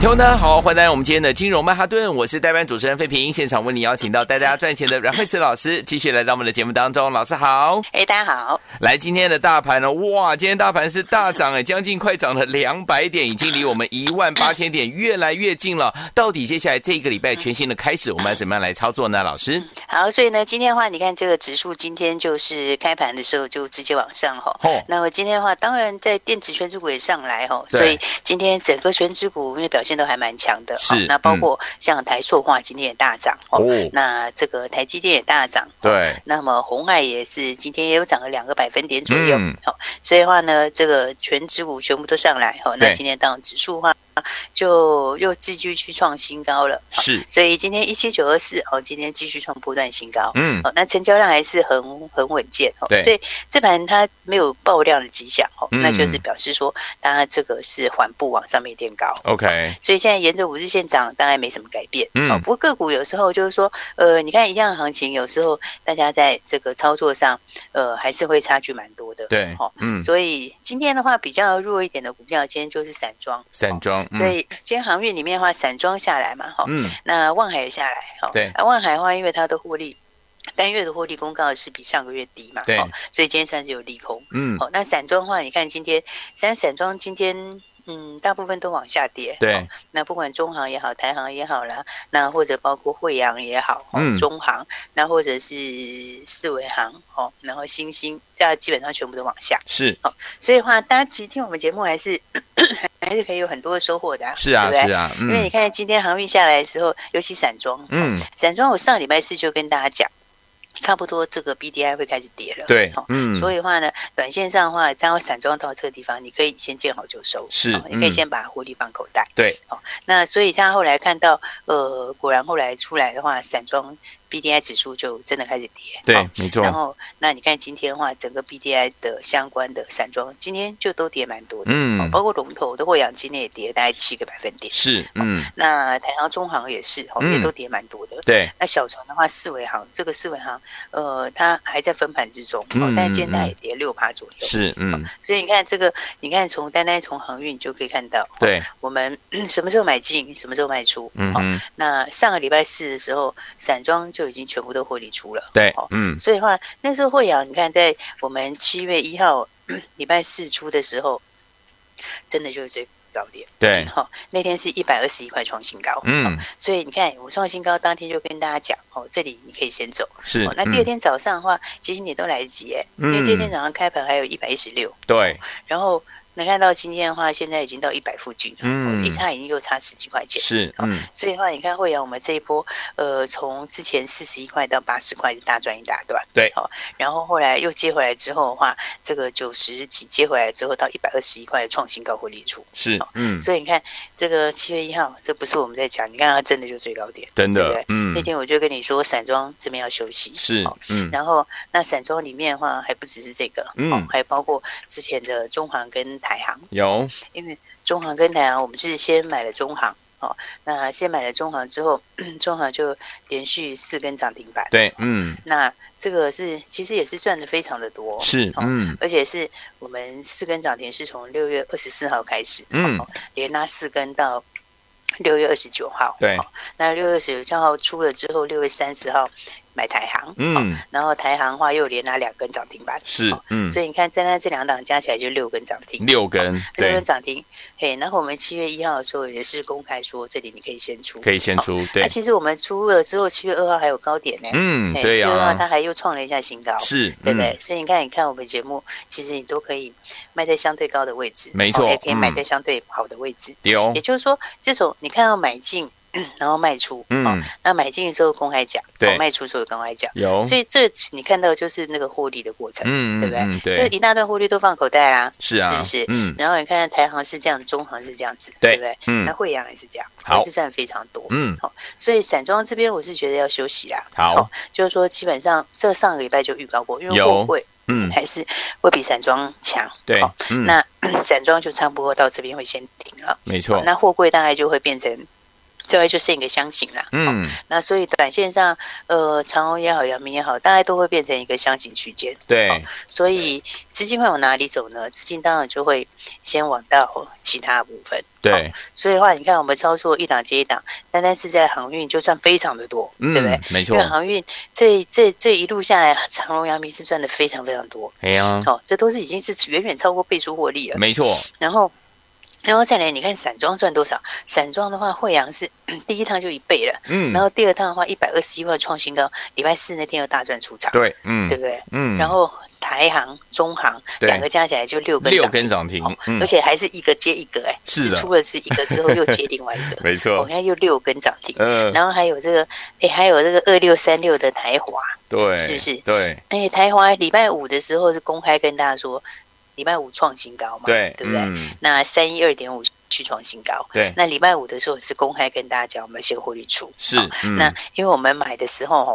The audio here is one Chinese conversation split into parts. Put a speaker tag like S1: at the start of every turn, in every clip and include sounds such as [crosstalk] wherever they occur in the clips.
S1: 听众大家好，欢迎来到我们今天的金融曼哈顿，我是代班主持人费平，现场为你邀请到带大家赚钱的阮慧慈老师，继续来到我们的节目当中，老师好。
S2: 哎，大家好，
S1: 来，今天的大盘呢，哇，今天大盘是大涨哎，将近快涨了两百点，已经离我们一万八千点越来越近了。到底接下来这一个礼拜全新的开始，我们要怎么样来操作呢？老师，
S2: 好，所以呢，今天的话，你看这个指数今天就是开盘的时候就直接往上吼。
S1: 哦
S2: 那么今天的话，当然在电子全指股也上来吼，
S1: 对
S2: 所以今天整个全指股因为表现都还蛮强的，哦
S1: 是嗯
S2: 那包括像台塑化今天也大涨哦，
S1: 哦
S2: 那这个台积电也大涨，
S1: 对，
S2: 那么红海也是今天也有涨了两个百分点左右，
S1: 嗯
S2: 好、所以的话呢，这个全指股全部都上来，哦好、那
S1: 对
S2: 今天当然指数的话就又继续去创新高了，哦好
S1: 是，
S2: 所以今天一七九二四，哦，今天继续创波段新高，
S1: 嗯，
S2: 哦，那成交量还是很很稳健哦
S1: 对，
S2: 所以这盘它没有爆量的迹象哦，
S1: 嗯
S2: 那就是表示说它这个是缓步往上面垫高。
S1: OK，
S2: 所以现在沿着五日线涨，当然没什么改变。
S1: 嗯
S2: 哦，不过个股有时候就是说，呃，你看一样行情，有时候大家在这个操作上，呃，还是会差距蛮多的。
S1: 对
S2: 哦，，
S1: 嗯，
S2: 所以今天的话比较弱一点的股票，今天就是散装。
S1: 散装，
S2: 所
S1: 嗯
S2: 以今天航运里面的话，散装下来嘛，哦哈、
S1: 嗯，
S2: 那望海也下来，哦，
S1: 对
S2: 啊，望海的话，因为它的获利。单月的获利公告是比上个月低嘛，
S1: 对
S2: 哦，所以今天算是有利空。
S1: 嗯，
S2: 哦，那散装的话，你看今天，虽然散装今天，嗯，大部分都往下跌，哦
S1: 对，
S2: 那不管中航也好，台航也好啦，那或者包括惠阳也好，哦
S1: 嗯
S2: 中航，那或者是四维航，哦，然后新兴，这样基本上全部都往下。
S1: 是
S2: 所以的话，大家其实听我们节目还是 [coughs] 还是可以有很多的收获的、啊，
S1: 是啊
S2: 对不对
S1: 是啊，
S2: 因为哦
S1: 嗯
S2: 你看今天航运下来的时候，尤其散装，
S1: 嗯，
S2: 散装我上礼拜四就跟大家讲，差不多这个 B D I 会开始跌了，
S1: 对
S2: 哦，
S1: 嗯，
S2: 所
S1: 以
S2: 以的话呢，短线上的话，只要散装到这个地方，你可以先见好就收，
S1: 是
S2: 哦你可以
S1: 嗯
S2: 先把获利放口袋。
S1: 对，
S2: 那所以他后来看到，呃，果然后来出来的话，散装 B D I 指数就真的开始跌，
S1: 对
S2: 哦，
S1: 没
S2: 然
S1: 错，
S2: 后，那你看今天的话，整个 B D I 的相关的散装今天就都跌蛮多的，哦
S1: 嗯，
S2: 包括龙头的惠阳今天也跌大概七个百分点，
S1: 是，嗯，
S2: 那台航、中航也是，哦，
S1: 嗯
S2: 也都跌蛮多的。
S1: 对，
S2: 那小船的话，四维行这个四维行，呃，它还在分盘之中，哦
S1: 嗯，
S2: 但今
S1: 嗯
S2: 天它
S1: 嗯
S2: 也跌六趴左右。
S1: 是，嗯，
S2: 所以你看这个，你看从单单从航运你就可以看到，哦，
S1: 对，
S2: 我们 [clears throat] 什么时候买进，什么时候卖出。
S1: 嗯
S2: 哦
S1: 哼，
S2: 那上个礼拜四的时候，散装就已经全部都获利出了。
S1: 对
S2: 哦，
S1: 嗯，
S2: 所以的话，那时候惠阳，你看在我们七月一号 [clears throat] 礼拜四出的时候，真的就是最高点。
S1: 对，
S2: 哦，那天是一百二十一块创新高。
S1: 嗯，
S2: 所以你看，我创新高当天就跟大家讲，哦，这里你可以先走。
S1: 是
S2: 哦，，那第二
S1: 嗯
S2: 天早上的话，其实你都来得及哎，因为第二天早上开盘还有一百一十六，
S1: 对，
S2: 然后能看到今天的话，现在已经到一百附近了，
S1: 嗯
S2: 哦一差已经又差十几块钱。
S1: 是，嗯，
S2: 所以的话，你看惠阳，我们这一波，呃，从之前四十一块到八十块，大赚一大段。
S1: 对
S2: 好、然后后来又接回来之后的话，这个九十几接回来之后到一百二十一块的创新高获利出。
S1: 是，嗯，
S2: 所以你看，这个七月一号，这不是我们在讲，你看它真的就最高点。
S1: 真
S2: 对不
S1: 的
S2: 对，
S1: 嗯
S2: 那，天我就跟你说，散装这边要休息。
S1: 是
S2: 哦，
S1: 嗯，
S2: 然后，那散装里面的话，还不只是这个，
S1: 嗯
S2: 哦，还包括之前的中航跟台航，
S1: 有，
S2: 因为中航跟台航，我们是先买了中航，哦，那先买了中航之后， [clears throat] 中航就连续四根涨停板，
S1: 对，嗯，
S2: 那这个是其实也是赚的非常的多，
S1: 是，嗯，
S2: 而且是我们四根涨停是从六月二十四号开始，
S1: 嗯
S2: 哦，连拉四根到六月二十九号，
S1: 对
S2: 哦，那六月二十九号出了之后，六月三十号买台航，哦，
S1: 嗯，
S2: 然后台航的话又连拉两根涨停板，
S1: 是
S2: 哦，
S1: 嗯，
S2: 所以你看，站在这两档加起来就六根涨停，
S1: 六根，
S2: 六根
S1: 对，
S2: 涨停，嘿，然后我们七月一号的时候也是公开说，这里你可以先出，
S1: 可以先出，
S2: 那、
S1: 对，
S2: 其实我们出了之后，七月二号还有高点呢，
S1: 嗯，
S2: 嘿
S1: 对
S2: 七月二号它
S1: 呀，
S2: 还又创了一下新高，
S1: 是，
S2: 对不对？
S1: 嗯，
S2: 所以你看，你看我们节目，其实你都可以卖在相对高的位置，
S1: 没
S2: 哦
S1: 错
S2: 也可以买
S1: 嗯
S2: 在相对好的位置。
S1: 丢
S2: 也，就是说，这种你看到买进 [clears throat] 然后卖出，哦，
S1: 嗯，
S2: 那买进之后公开讲，
S1: 对
S2: 哦，卖出之后公开讲，
S1: 有，
S2: 所以这你看到就是那个获利的过程，
S1: 嗯
S2: 对不对？
S1: 嗯
S2: 就是
S1: 对，
S2: 一大段获利都放口袋啦、
S1: 是啊，
S2: 是不是
S1: 嗯
S2: 然后你看看台行是这样，中行是这样子，
S1: 对
S2: 不对？那
S1: 嗯
S2: 惠阳也是这样，
S1: 好
S2: 也是赚非常多。
S1: 嗯，
S2: 所以散装这边我是觉得要休息啦，
S1: 好，
S2: 就是说基本上这上个礼拜就预告过，因为
S1: 有
S2: 货柜
S1: 嗯
S2: 还是会比散装强。
S1: 对
S2: 好，
S1: 嗯，
S2: 那 [clears throat] 散装就差不多到这边会先停了，
S1: 没错，
S2: 那货柜大概就会变成。大概就剩一个箱型啦，哦好，
S1: 嗯，
S2: 那所以短线上，呃，长虹也好，阳明也好，大概都会变成一个箱型区间。好
S1: 对，
S2: 所以资金会往哪里走呢？资金当然就会先往到其他部分。好
S1: 对，
S2: 所以的话，你看我们操作一档接一档，单单是在航运就算非常的多，
S1: 嗯
S2: 对不对？，
S1: 没
S2: 因
S1: 错
S2: 为，航运这这这一路下来，长荣、阳明是赚的非常非常多，
S1: 哎呀，
S2: 哦，这都是已经是远远超过倍数获利了。
S1: 没错，
S2: 然后，然后再来，你看散装赚多少？散装的话，惠阳是 [clears throat] 第一趟就一倍了，
S1: 嗯
S2: 然，后第二趟的话，一百二十一块创新高，礼拜四那天又大赚出场，
S1: 对，嗯
S2: 对不对？
S1: 嗯，
S2: 然后台航、中航
S1: 对
S2: 两个加起来就六根
S1: 六
S2: 涨停，
S1: 根涨停
S2: 哦，
S1: 嗯
S2: 而，且还是一个接一个、哎，
S1: 是的
S2: 出了是一个之后又接另外一
S1: [laughs]
S2: 个，
S1: 没
S2: 我
S1: 错
S2: 看，又六根涨停。
S1: 嗯，
S2: 然后还有这个，哎，还有这个二六三六的台华，
S1: 对，
S2: 是不是
S1: 对，
S2: 哎，台华礼拜五的时候是公开跟大家说，礼拜五创新高嘛，
S1: 对，
S2: 不对？
S1: 嗯，
S2: 那三一二点五去创新高，
S1: 对，
S2: 那礼拜五的时候是公开跟大家讲我们先获利出，
S1: 是
S2: 哦，
S1: 嗯
S2: 那因为我们买的时候 [clears throat] 哦，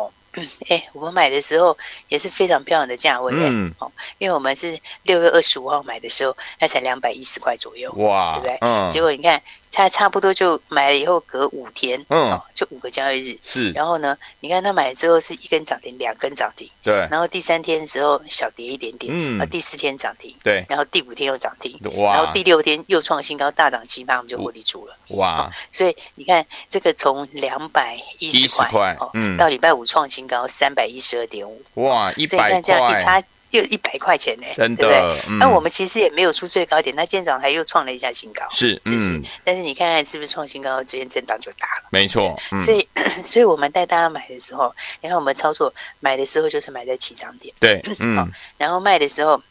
S2: 哎，我们买的时候也是非常漂亮的价位，哎
S1: 嗯，
S2: 哦，因为我们是六月二十五号买的时候，那才两百一十块左右，
S1: 哇
S2: 对不对，
S1: 嗯
S2: 结，果你看，它差不多就买了以后隔五天，
S1: 嗯
S2: 哦，就五个交易日。
S1: 是，
S2: 然后呢，你看它买了之后是一根涨停，两根涨停，
S1: 对，
S2: 然后第三天的时候小跌一点点，
S1: 嗯
S2: 啊，第四天涨停，
S1: 对，
S2: 然后第五天又涨停，然后
S1: 哇
S2: 第六天又创新高大涨七八，我们就获利出了。
S1: 哇，
S2: 所以你看，这个从两百一十
S1: 10块
S2: 哦，
S1: 嗯
S2: 到礼拜五创新高三百一十二点五，
S1: 哇，一
S2: 所以你
S1: 百
S2: 看这样一
S1: 块，
S2: 差又一百块钱呢，
S1: 真
S2: 对不对？
S1: 的，嗯
S2: 那我们其实也没有出最高点，那今天早上还又创了一下新高，
S1: 是，
S2: 是不是
S1: 嗯，
S2: 但是你看看是不是创新高，之间震荡就大了。
S1: 没错，嗯，
S2: 所以， [clears throat] 所以我们带大家买的时候，然后我们操作买的时候就是买在起涨点，
S1: 对，嗯
S2: 好，然后卖的时候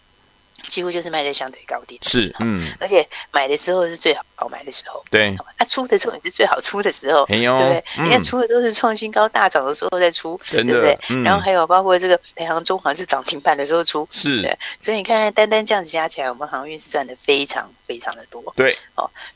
S2: 几乎就是卖在相对高点，
S1: 是，嗯，
S2: 而且买的时候是最好买的时候，
S1: 对，
S2: 啊，出的时候也是最好出的时候。
S1: 哎
S2: 对不
S1: 呦
S2: 对，？你看
S1: 嗯，
S2: 出的都是创新高大涨的时候再出，对
S1: 真
S2: 不
S1: 的
S2: 对？
S1: 嗯
S2: 然后还有包括这个台航中航是涨停板的时候出，
S1: 是
S2: 对，所以你看看单单这样子加起来，我们航运是赚的非常非常的多。
S1: 对，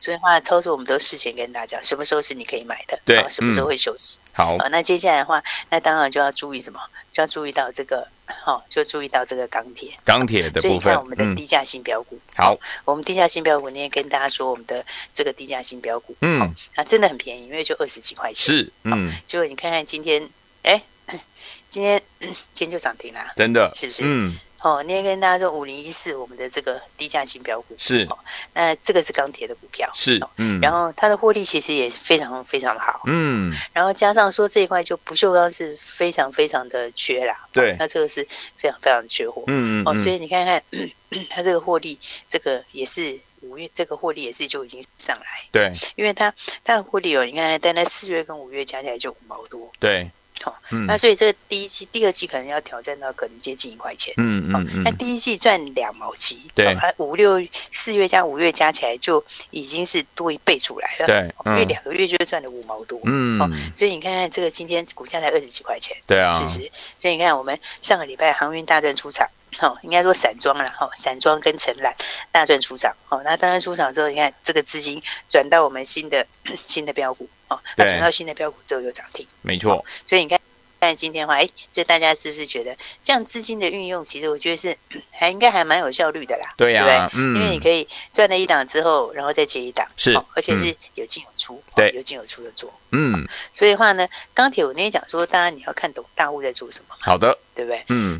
S2: 所以的话，操作我们都事前跟大家讲，什么时候是你可以买的，
S1: 对
S2: 啊什么时候
S1: 嗯
S2: 会休息。
S1: 好，
S2: 啊，那接下来的话，那当然就要注意什么？就要注意到这个，好、就注意到这个钢铁。
S1: 钢铁的
S2: 所以
S1: 部
S2: 你看
S1: 分
S2: 我们，的
S1: 嗯，
S2: 低价新标股，
S1: 好，
S2: 我们低价新标股，那天跟大家说我们的这个低价新标股，
S1: 嗯，
S2: 它真的很便宜，因为就二十几块钱。
S1: 是，嗯，
S2: 结果你看看今天，哎， [coughs] 今天 [coughs] 今天就涨停啦。
S1: 真的，
S2: 是不是
S1: 嗯，
S2: 哦，那天跟大家说五零一四，我们的这个低价新标股，哦
S1: 是
S2: 那这个是钢铁的股票，哦
S1: 是，嗯，
S2: 然，后它的获利其实也是非常非常的好，
S1: 嗯，
S2: 然后加上说这一块就不锈钢是非常非常的缺啦，
S1: 对
S2: 那这个是非常非常缺货，
S1: 嗯，
S2: 哦，所
S1: 嗯，
S2: 以你看看 [coughs] 它这个获利，这个也是五月这个获利也是就已经上来，
S1: 对，
S2: 因为它它的获利哦，你看单单四月跟五月加起来就五毛多，哦
S1: 对
S2: 好，
S1: 嗯
S2: 那所以这个第一季、第二季可能要挑战到可能接近一块钱。
S1: 嗯
S2: 哦
S1: 嗯
S2: 那
S1: 嗯，
S2: 第一季赚两毛七，
S1: 对
S2: 哦它五六四月加五月加起来就已经是多一倍出来了，
S1: 对
S2: 哦，因为
S1: 嗯，
S2: 两个月就赚了五毛多，哦
S1: 嗯，
S2: 所以你看看这个今天股价才二十几块钱，
S1: 对啊，
S2: 是不是？所以你看我们上个礼拜航运大赚出场，哦，应该说散装啦，哦，散装跟承揽大赚出场，哦，那当然出场之后，你看这个资金转到我们新的 [coughs] 新的标股，哦，那
S1: 对
S2: 转到新的标股之后又涨停，
S1: 没错，
S2: 所以你看。但今天的话，哎，这大家是不是觉得这样资金的运用，其实我觉得是还应该还蛮有效率的啦，
S1: 对
S2: 对不对？
S1: 呀，嗯，
S2: 因为你可以赚了一档之后，然后再接一档，
S1: 是嗯
S2: 哦而且是有进有出，哦
S1: 对
S2: 有进有出的做。
S1: 嗯，
S2: 所以的话呢，钢铁我那天讲说，当然你要看懂大户在做什么嘛，
S1: 好的，
S2: 对不对？
S1: 嗯，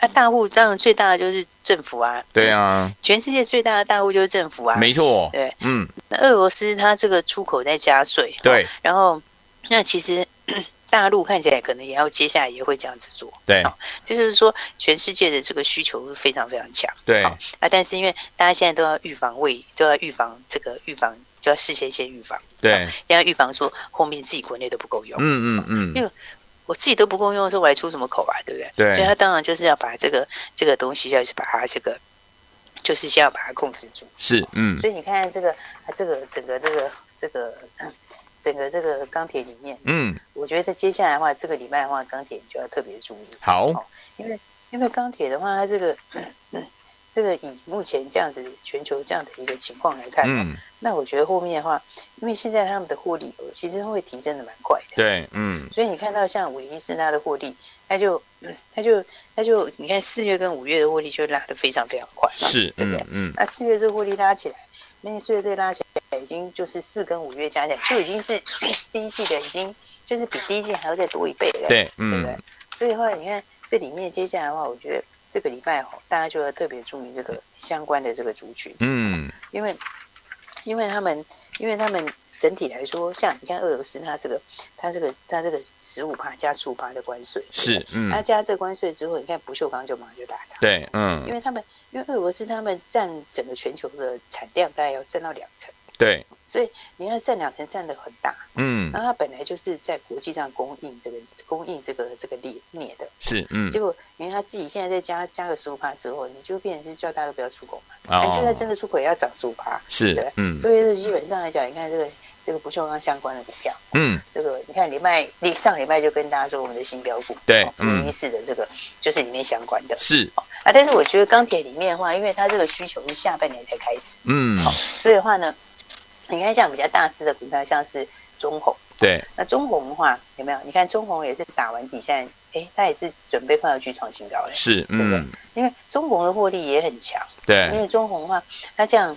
S2: 那、大户当然最大的就是政府啊，
S1: 对，啊，
S2: 全世界最大的大户就是政府啊。
S1: 没错，
S2: 对，
S1: 嗯，
S2: 那俄罗斯它这个出口在加税，哦，
S1: 对
S2: 然后那其实大陆看起来可能也要接下来也会这样子做，
S1: 对
S2: 这就是说全世界的这个需求非常非常强
S1: 对，
S2: 啊。但是因为大家现在都要预防胃，都要预防这个预防，就要事先先预防，
S1: 对，
S2: 要预防说后面自己国内都不够用。
S1: 嗯嗯
S2: 因
S1: 嗯，
S2: 为我自己都不够用的时候，我还出什么口啊？对不对？所以
S1: 对，
S2: 他当然就是要把这个这个东西，要去把它这个，就是先要把它控制住。
S1: 是，嗯，
S2: 所以你看这个，啊这个整个这个这个，嗯整个这个钢铁里面，
S1: 嗯，
S2: 我觉得接下来的话，这个礼拜的话，钢铁就要特别注意，哦
S1: 好，
S2: 因为因为钢铁的话，它这个、这个以目前这样子全球这样的一个情况来看，
S1: 嗯，
S2: 那我觉得后面的话，因为现在他们的获利呃其实会提升的蛮快的，
S1: 对，嗯，
S2: 所以你看到像维尼斯纳的获利，它就它就它就你看四月跟五月的获利就拉得非常非常快嘛，
S1: 是，
S2: 对
S1: 嗯
S2: 不对？
S1: 嗯，
S2: 那四月这获利拉起来，那四月这拉起来已经就是四跟五月加起来就已经是第一季的已经就是比第一季还要再多一倍了，
S1: 对，
S2: 对不对
S1: 嗯，？
S2: 所以的话，你看这里面接下来的话，我觉得这个礼拜哦，大家就要特别注意这个相关的这个族群，
S1: 嗯，
S2: 因为因为他们因为他们整体来说，像你看俄罗斯它这个它这个它这个十五趴加十五趴的关税，对不
S1: 是
S2: 对，
S1: 嗯
S2: 它，加这关税之后，你看不锈钢就马上就大涨，
S1: 对，
S2: 因
S1: 嗯，
S2: 为他们因为俄罗斯他们占整个全球的产量大概要占到两成，
S1: 对，
S2: 所以你看占两成占的很大，
S1: 嗯，
S2: 然后它本来就是在国际上供应这个供应这个这个列列的，
S1: 是，嗯，
S2: 结果你看他自己现在再加加个十五趴之后，你就变成是叫大家都不要出口嘛，哎就算真
S1: 哦，
S2: 的出口也要涨十五趴，
S1: 是
S2: 对不对，
S1: 嗯
S2: 所以这基本上来讲，你看这个这个不锈钢相关的股票，
S1: 嗯，
S2: 这个你看礼拜礼上礼拜就跟大家说我们的新标股，哦
S1: 对嗯
S2: 零一四的这个就是里面相关的
S1: 是，
S2: 啊。但是我觉得钢铁里面的话，因为它这个需求是下半年才开始，
S1: 嗯，
S2: 所以的话呢，你看像比较大只的股票，像是中红，
S1: 对，
S2: 那中红的话有没有？你看中红也是打完底线，哎，它也是准备放要去创新高嘞，
S1: 是，嗯，
S2: 因为中红的获利也很强，因
S1: 对，
S2: 为中红的话，它这样。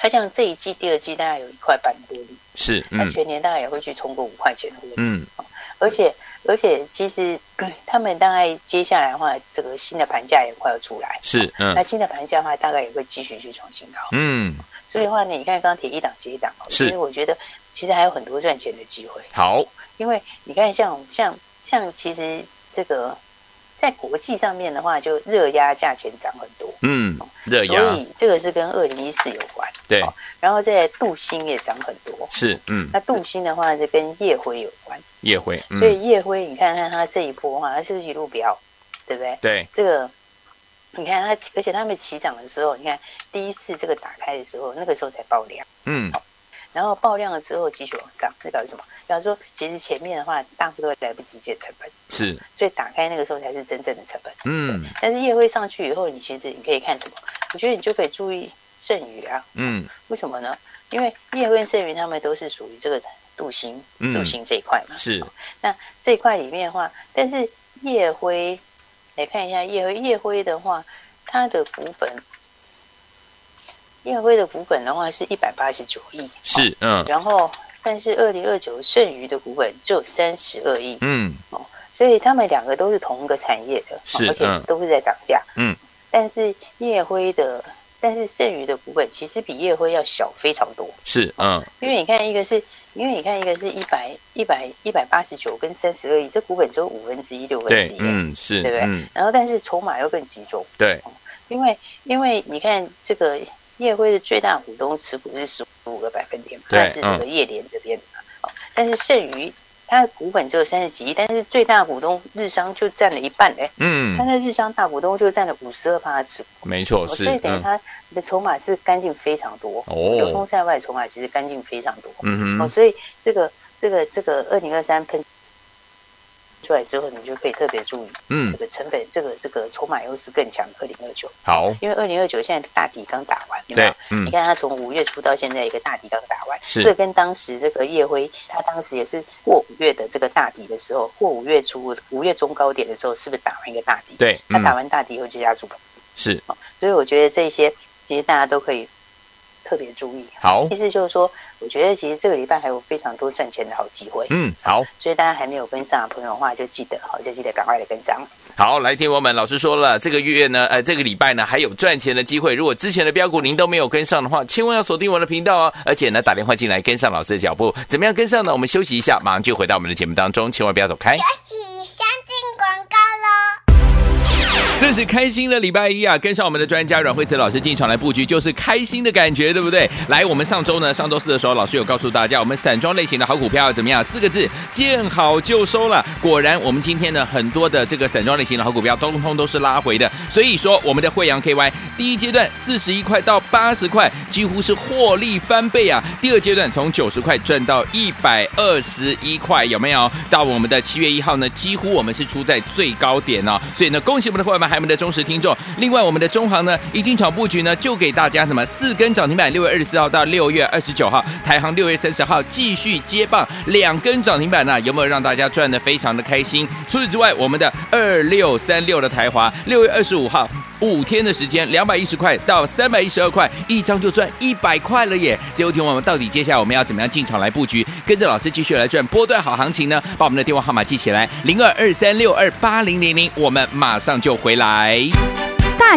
S2: 它这样这一季、第二季大概有一块半多利，
S1: 是，
S2: 它
S1: 嗯
S2: 全年大概也会去冲过五块钱的获利。
S1: 嗯，
S2: 而且而且其实 [clears throat] 他们大概接下来的话，这个新的盘价也快要出来，
S1: 是，
S2: 那
S1: 嗯
S2: 新的盘价的话，大概也会继续去创新高。
S1: 嗯，
S2: 所以的话呢，你看钢铁一档接一档，哦
S1: 是
S2: 所以我觉得其实还有很多赚钱的机会，
S1: 好，
S2: 因为你看像像像其实这个在国际上面的话，就热压价钱涨很多。
S1: 嗯，热
S2: 所
S1: 压，
S2: 以这个是跟二零一四有关，
S1: 对，
S2: 然后在镀锌也涨很多。
S1: 是，嗯，
S2: 那镀锌的话是跟夜辉有关，
S1: 夜辉，
S2: 所
S1: 嗯，
S2: 以夜辉，你看看它这一波哈，它是不是一路飙，对不对？
S1: 对，
S2: 这个你看它，而且他们起涨的时候，你看第一次这个打开的时候，那个时候才爆量，
S1: 嗯，
S2: 然后爆量了之后继续往上，那表示什么？表示说其实前面的话大部分都来不及减成本，
S1: 是，
S2: 所以打开那个时候才是真正的成本。
S1: 嗯
S2: 但是夜会上去以后，你其实你可以看什么？我觉得你就可以注意剩余啊，
S1: 嗯
S2: 为什么呢？因为夜会剩余他们都是属于这个镀锌、
S1: 嗯
S2: 镀锌这一块嘛，
S1: 是，
S2: 这一块里面的话，但是夜辉来看一下夜辉，夜辉的话，它的股本，夜辉的股本的话是一百八十九亿，哦
S1: 是，嗯
S2: 然后但是二零二九剩余的股本只有三十二亿，
S1: 嗯，
S2: 所以他们两个都是同一个产业的，哦
S1: 是
S2: 而且
S1: 嗯
S2: 都是在涨价，
S1: 嗯，
S2: 但是夜辉的。但是剩余的股本其实比夜辉要小非常多，
S1: 是，嗯，
S2: 因为你看一个是，因为你看一个是一百一百一百八十九跟三十二亿，这股本只有五分之一、六分之
S1: 对，
S2: 一，
S1: 嗯，是，嗯，
S2: 然后但是筹码又更集中，哦
S1: 对，
S2: 因为因为你看这个夜辉的最大股东持股是十五个百分点嘛，
S1: 对嗯
S2: 它是这个夜联这边的嘛、哦，但是剩余它的股本只有三十几亿，但是最大股东日商就占了一半，哎，
S1: 嗯
S2: 它，在日商大股东就占了五十二趴的持股，哦
S1: 没错，是
S2: 所以，等于
S1: 嗯，
S2: 它的筹码是干净非常多，流通
S1: 哦，
S2: 在外的筹码其实干净非常多，
S1: 嗯
S2: 哦，
S1: 哼，
S2: 所以这个这个这个二零二三喷出来之后，你就可以特别注意这
S1: 嗯，
S2: 个成本，这个这个筹码优势更强。二零二九，
S1: 好，
S2: 因为二零二九现在大底刚打完，有没有
S1: 对？，嗯
S2: 你，看它从五月初到现在一个大底刚打完，
S1: 是
S2: 这跟当时这个叶辉，他当时也是过五月的这个大底的时候，过五月初、五月中高点的时候，是不是打完一个大底？，
S1: 对，
S2: 他打
S1: 嗯，
S2: 完大底以后就加速了，
S1: 是，
S2: 所以我觉得这些其实大家都可以特别注意。
S1: 好
S2: 意，思就是说，我觉得其实这个礼拜还有非常多赚钱的好机会，
S1: 嗯，好。
S2: 所以大家还没有跟上的朋友的话，就记得好，就记得赶快来跟上。
S1: 好，来，听我们老师说了，这个月呢，呃，这个礼拜呢，还有赚钱的机会。如果之前的标股您都没有跟上的话，千万要锁定我的频道哦。而且呢，打电话进来跟上老师的脚步，怎么样跟上呢？我们休息一下，马上就回到我们的节目当中，千万不要走开。
S3: 休息，先进广告喽。
S1: 真是开心的礼拜一啊！跟上我们的专家阮慧慈老师进场来布局，就是开心的感觉，对不对？来，我们上周呢，上周四的时候，老师有告诉大家，我们散装类型的好股票要怎么样？四个字，见好就收了。果然，我们今天呢，很多的这个散装类型的好股票，通通都是拉回的。所以说，我们的惠阳 KY 第一阶段四十一块到八十块，几乎是获利翻倍啊。第二阶段从九十块赚到一百二十一块，有没有？到我们的七月一号呢，几乎我们是出在最高点哦。所以呢，恭喜我们的伙伴们，还有我们的忠实听众。另外，我们的中航呢，一进场布局呢，就给大家什么四根涨停板，六月二十四号到六月二十九号，台航六月三十号继续接棒两根涨停板呢、有没有让大家赚的非常的开心？除此之外，我们的二六三六的台华，六月二十五号五天的时间，两百一十块到三百一十二块，一张就赚一百块了耶！最后听我们到底接下来我们要怎么样进场来布局？跟着老师继续来赚波段好行情呢？把我们的电话号码记起来，零二二三六二八零零零，我们马上就回来。
S4: 大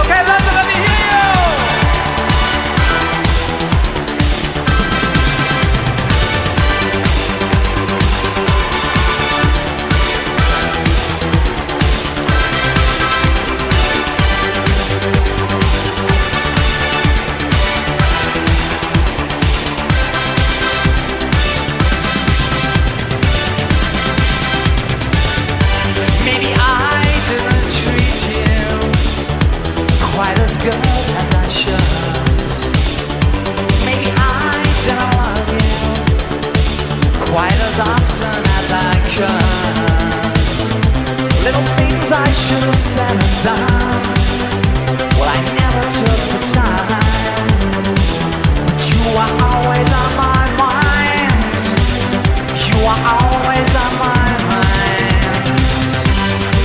S1: OK，拉这个比例哦。
S5: Maybe I didn't treat you quite as good as I should. Maybe I didn't love you quite as often as I could. Little things I should have said and done. Well, I never took the time. But you were always on my mind. You were always on my mind.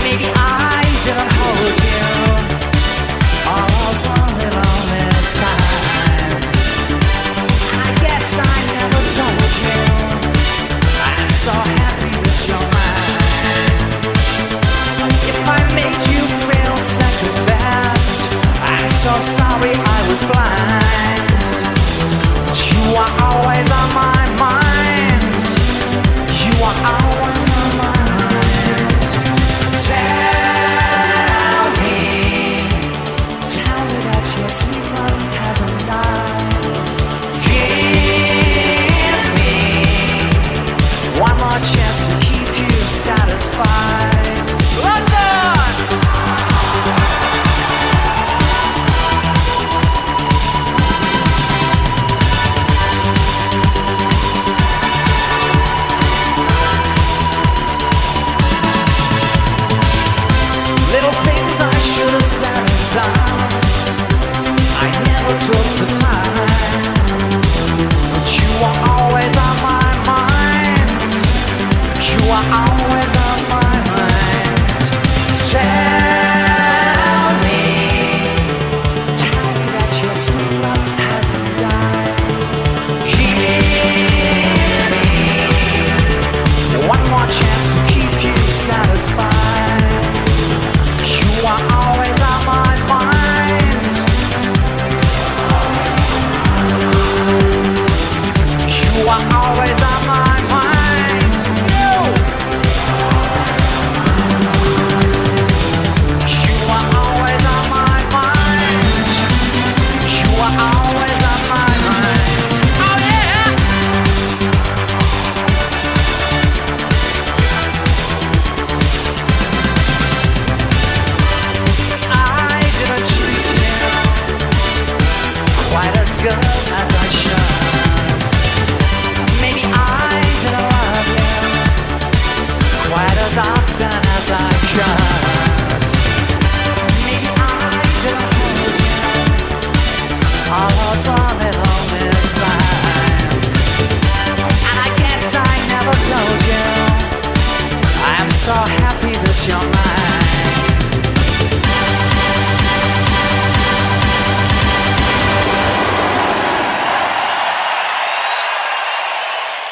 S5: Maybe I didn't hold you all those lonely, lonely times. And I guess I never told you. I'm so happy that you're mine. If I made you feel second best, I'm so sorry I was blind. But you are always on my mind. You are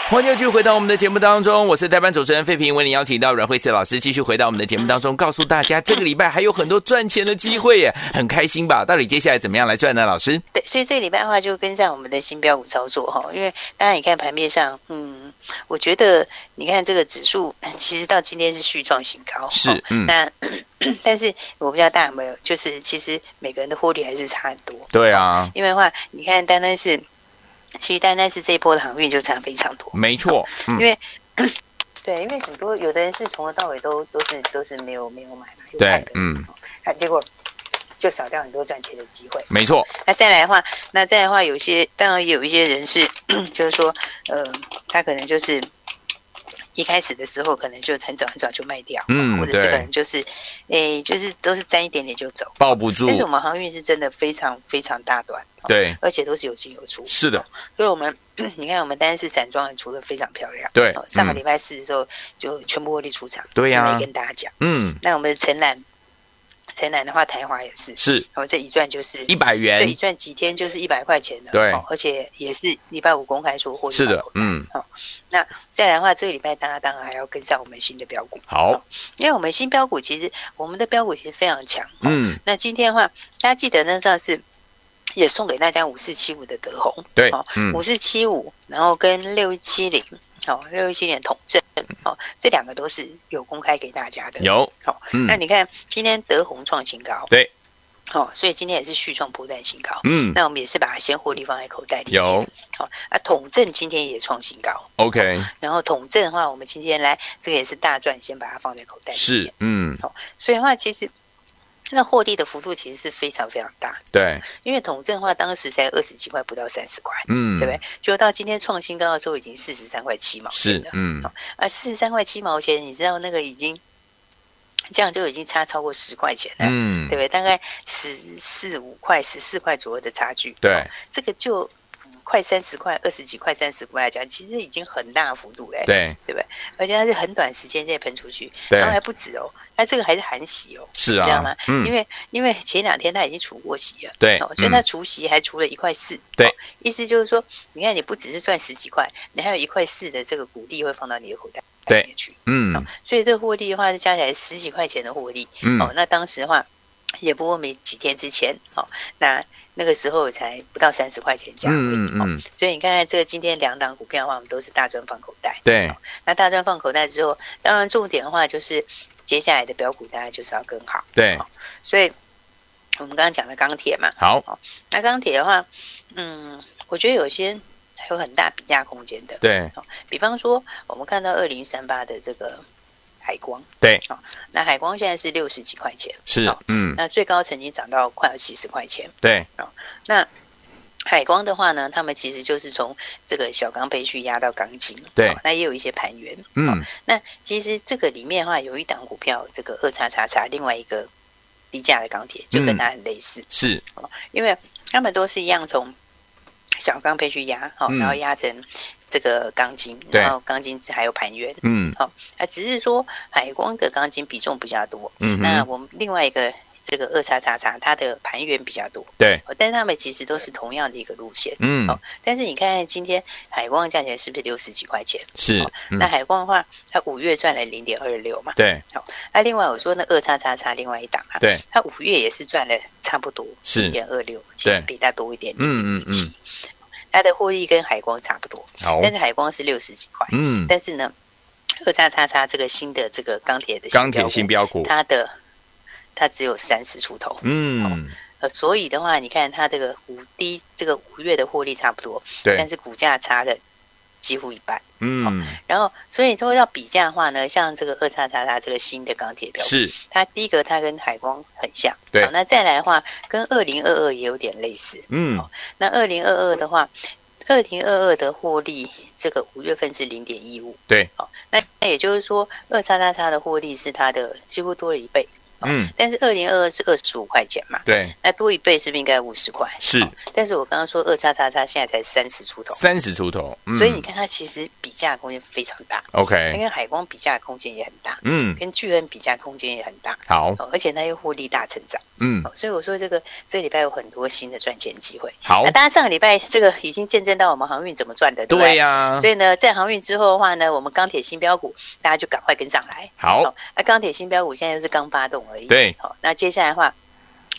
S1: 欢迎继续回到我们的节目当中，我是代班主持人费平，为您邀请到阮慧慈老师继续回到我们的节目当中，告诉大家这个礼拜还有很多赚钱的机会耶，很开心吧？到底接下来怎么样来赚呢？老师，
S2: 对，所以这个礼拜的话就跟上我们的新标股操作哈，因为当然你看盘面上，嗯，我觉得你看这个指数其实到今天是续创新高，
S1: 是
S2: 哦
S1: 嗯
S2: 那 [clears throat] 但是我不知道大家有没有，就是其实每个人的获利还是差很多，
S1: 对啊，
S2: 因为的话你看单单是，其实单单是这一波的航运就差非常多，
S1: 没错，嗯
S2: 因，为对，因为很多有的人是从头到尾都都是都是没有没有买嘛，就看
S1: 对
S2: 着，
S1: 嗯，
S2: 那结果就少掉很多赚钱的机会。
S1: 没错，
S2: 那再来的话，那再来的话，有一些当然也有一些人是， [clears throat] 就是说，呃，他可能就是一开始的时候，可能就很早很早就卖掉，
S1: 嗯
S2: 或者是
S1: 对
S2: 可能就是，诶、就是都是沾一点点就走。
S1: 抱不住
S2: 但，是我们航运是真的非常非常大段，哦，
S1: 对，
S2: 而且都是有进有出，
S1: 是的，
S2: 所以我们你看我们单是散装也出的非常漂亮，
S1: 对
S2: 哦上个
S1: 嗯
S2: 礼拜四的时候就全部获利出场，
S1: 对呀
S2: 我们也跟大家讲。
S1: 嗯，
S2: 那我们的承揽，承揽的话，台华也是，
S1: 是
S2: 哦，这一赚就是
S1: 一百
S2: 这
S1: 元
S2: 一，赚几天就是一百块钱的，
S1: 对
S2: 哦而且也是礼拜五公开说获利
S1: 是
S2: 满
S1: 的
S2: 口，袋
S1: 嗯，
S2: 那再来的话，这个礼拜大家当然还要跟上我们新的标股，
S1: 好，
S2: 因为我们新标股其实我们的标股其实非常强。哦，
S1: 嗯，
S2: 那今天的话，大家记得那上次也送给大家五四七五的德宏，
S1: 对
S2: 哦，
S1: 嗯
S2: 五，四七五，然后跟六一七零，哦，六一七零统证，哦，这两个都是有公开给大家的。
S1: 有，
S2: 好、
S1: 嗯
S2: 那你看今天德宏创新高，
S1: 对，
S2: 好、所以今天也是续创波段新高。
S1: 嗯，
S2: 那我们也是把它先获利放在口袋里面。
S1: 有
S2: 好、啊，统证今天也创新高，
S1: ，OK，
S2: 然后统证的话，我们今天来这个也是大赚，先把它放在口袋里面。
S1: 是，，嗯，
S2: 所以的话其实。那获利的幅度其实是非常非常大，
S1: 对，
S2: 因为统证的话当时才二十几块，不到三十块，
S1: 嗯，
S2: 对不对？结果到今天创新高的时候已经四十三块七毛钱
S1: 是
S2: 了，，
S1: 嗯，
S2: 啊，四十三块七毛钱，你知道那个已经这样就已经差超过十块钱了，
S1: 嗯
S2: 对不，对？大概十四五块、十四块左右的差距，
S1: 对，
S2: 这个就嗯快三十块、二十几块、三十块来讲，其实已经很大幅度嘞、
S1: 对，
S2: 而且它是很短时间内喷出去，然后还
S1: 对，
S2: 不止哦，它这个还是含息哦。
S1: 是
S2: 你知道
S1: 啊
S2: 吗，因
S1: 嗯，
S2: 为因为前两天它已经除过息了，
S1: 对
S2: 哦所以它
S1: 嗯
S2: 除息还除了一块四，
S1: 对
S2: 哦意思就是说，你看你不只是赚十几块，你还有一块四的这个股利会放到你的口袋
S1: 对
S2: 里面去，
S1: 嗯，
S2: 所以这个获利的话，加起来十几块钱的获利，哦
S1: 嗯，，
S2: 那当时的话，也不过没几天之前，哦，那那个时候才不到三十块钱价位，
S1: 嗯嗯
S2: 哦
S1: 嗯，，
S2: 所以你看看这个今天两档股票的话，我们都是大赚放口袋，
S1: 对，
S2: 那大赚放口袋之后，当然重点的话就是接下来的标股，大家就是要跟好。
S1: 对，
S2: 所以我们刚刚讲的钢铁嘛，
S1: 好，
S2: 那钢铁的话，嗯，我觉得有些还有很大比价空间的。
S1: 对，
S2: 比方说，我们看到二零三八的这个海光，哦
S1: 对，
S2: 那海光现在是六十几块钱，
S1: 是，嗯，
S2: 那最高曾经涨到快要七十块钱。
S1: 对，
S2: 海光的话呢，他们其实就是从这个小钢培去压到钢筋，
S1: 对
S2: 哦那也有一些盘源。哦
S1: 嗯，
S2: 那其实这个里面的话，有一档股票，这个二叉叉叉，另外一个低价的钢铁，就跟
S1: 嗯
S2: 它很类似。
S1: 是，
S2: 因为他们都是一样从小钢配去压，哦，
S1: 嗯
S2: 然后压成这个钢筋，
S1: 对
S2: 然后钢筋还有盘圆，
S1: 嗯，
S2: 啊，只是说海光的钢筋比重比较多，
S1: 嗯
S2: 那
S1: 哼，
S2: 我们另外一个这个二叉叉叉，它的盘圆比较多，
S1: 对，
S2: 哦但是他们其实都是同样的一个路线。
S1: 嗯，
S2: 但是你看看今天海光的价钱是不是六十几块钱？
S1: 是，嗯
S2: 那，海光的话，它五月赚了零点二六嘛。
S1: 对，
S2: 那、另外我说那二叉叉叉另外一档啊，
S1: 对，
S2: 它五月也是赚了差不多
S1: 是
S2: 零点二六，其实
S1: 对
S2: 比它多一点点。
S1: 嗯嗯嗯，
S2: 它的获利跟海光差不多，
S1: 好，
S2: 但是海光是六十几块。
S1: 嗯，
S2: 但是呢，二叉叉叉这个新的这个钢铁的
S1: 钢铁
S2: 新
S1: 新
S2: 标
S1: 标股
S2: 股，，它的它只有三十出头，
S1: 嗯，
S2: 呃，所以的话，你看它这个五低这个五月的获利差不多，但
S1: 对，
S2: 是股价差了几乎一半。
S1: 嗯，
S2: 然后，所以说要比价的话呢，像这个二叉叉叉这个新的钢铁标股，
S1: 是，
S2: 它第一个它跟海光很像，
S1: 对
S2: 好那再来的话，跟二零二二也有点类似，
S1: 嗯，
S2: 那二零二二的话，二零二二的获利，这个五月份是零点一五，
S1: 对，
S2: 好、那那也就是说，二叉叉叉的获利是它的几乎多了一倍，
S1: 嗯，
S2: 但是二零二二是二十五块钱嘛，
S1: 对，
S2: 那多一倍是不是应该五十块？
S1: 是
S2: 但是我刚刚说二叉叉叉现在才三十出头，
S1: 三十出头，嗯
S2: 所以你看它其实比价空间非常大，它
S1: ，OK，
S2: 跟海光比价空间也很大，
S1: 嗯，
S2: 跟巨恩比价空间也很大，
S1: 好，
S2: 哦、而且它又获利大成长，
S1: 嗯，
S2: 哦所以我说这个这个礼拜有很多新的赚钱机会。
S1: 好
S2: 那、，大家上个礼拜这个已经见证到我们航运怎么赚的，对不
S1: 对
S2: 对？
S1: 呀
S2: 所，以呢，在航运之后的话呢，我们钢铁新标股大家就赶快跟上来。
S1: 好，，
S2: 那钢铁新标股现在就是刚发动而已。
S1: 对
S2: 好、那接下来的话，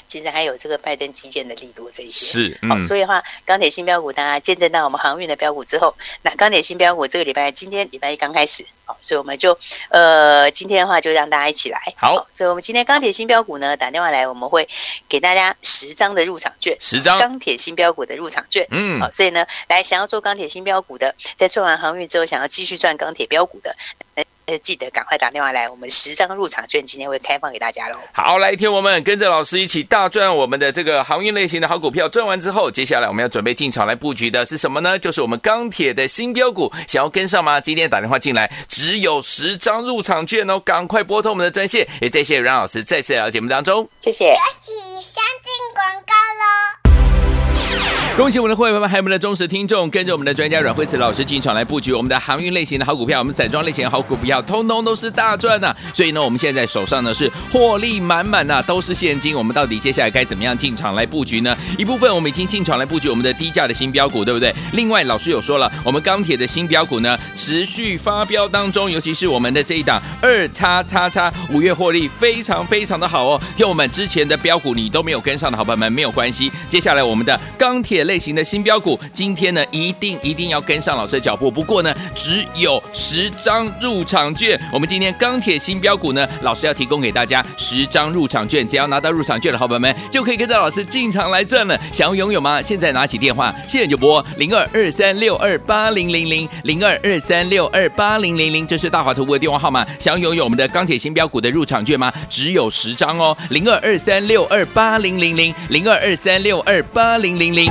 S2: 其实还有这个拜登基建的利多这一些。
S1: 是，
S2: 好、
S1: 嗯，
S2: 所以的话，钢铁新标股大家见证到我们航运的标股之后，那钢铁新标股这个礼拜今天礼拜一刚开始，好、所以我们就呃今天的话就让大家一起来。
S1: 好
S2: 所以我们今天钢铁新标股呢打电话来，我们会给大家十张的入场券，
S1: 十张
S2: 钢铁新标股的入场券。
S1: 嗯
S2: 好、，所以呢，来想要做钢铁新标股的，在做完航运之后想要继续赚钢铁标股的，呃，记得赶快打电话来，我们十张入场券今天会开放给大家喽。
S1: 好，来，听我们跟着老师一起大赚我们的这个航运类型的好股票。赚完之后，接下来我们要准备进场来布局的是什么呢？就是我们钢铁的新标股，想要跟上吗？今天打电话进来，只有十张入场券哦，赶快拨通我们的专线。也谢谢阮老师再次来到节目当中。
S2: 谢谢。
S3: 起相进广告喽。
S1: 恭喜我们的会员们，还有我们的忠实听众，跟着我们的专家阮慧慈老师进场来布局我们的航运类型的好股票，我们散装类型的好股票，通通都是大赚呐、所以呢，我们现在手上呢是获利满满呐、都是现金。我们到底接下来该怎么样进场来布局呢？一部分我们已经进场来布局我们的低价的新标股，对不对？另外，老师有说了，我们钢铁的新标股呢持续发飙当中，尤其是我们的这一档二叉叉叉，五月获利非常非常的好哦。听我们之前的标股你都没有跟上的好朋友们没有关系，接下来我们的钢铁类型的新标股，今天呢一定一定要跟上老师的脚步。不过呢，只有十张入场券。我们今天钢铁新标股呢，老师要提供给大家十张入场券，只要拿到入场券的好朋友们，就可以跟着老师进场来赚了。想要拥有吗？现在拿起电话，现在就拨零二二三六二八零零零零二二三六二八零零零，这是大华投顾的电话号码。想要拥有我们的钢铁新标股的入场券吗？只有十张哦，零二二三六二八零零零零二二三六二八零零零。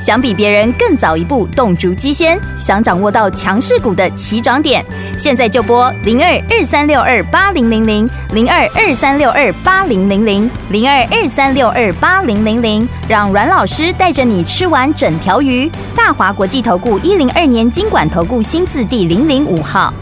S4: 想比别人更早一步动足机先，想掌握到强势股的起涨点，现在就拨零二二三六二八零零零零二二三六二八零零零零二二三六二八零零零，让阮老师带着你吃完整条鱼。大华国际投顾一零二年经管投顾新字第零零五号。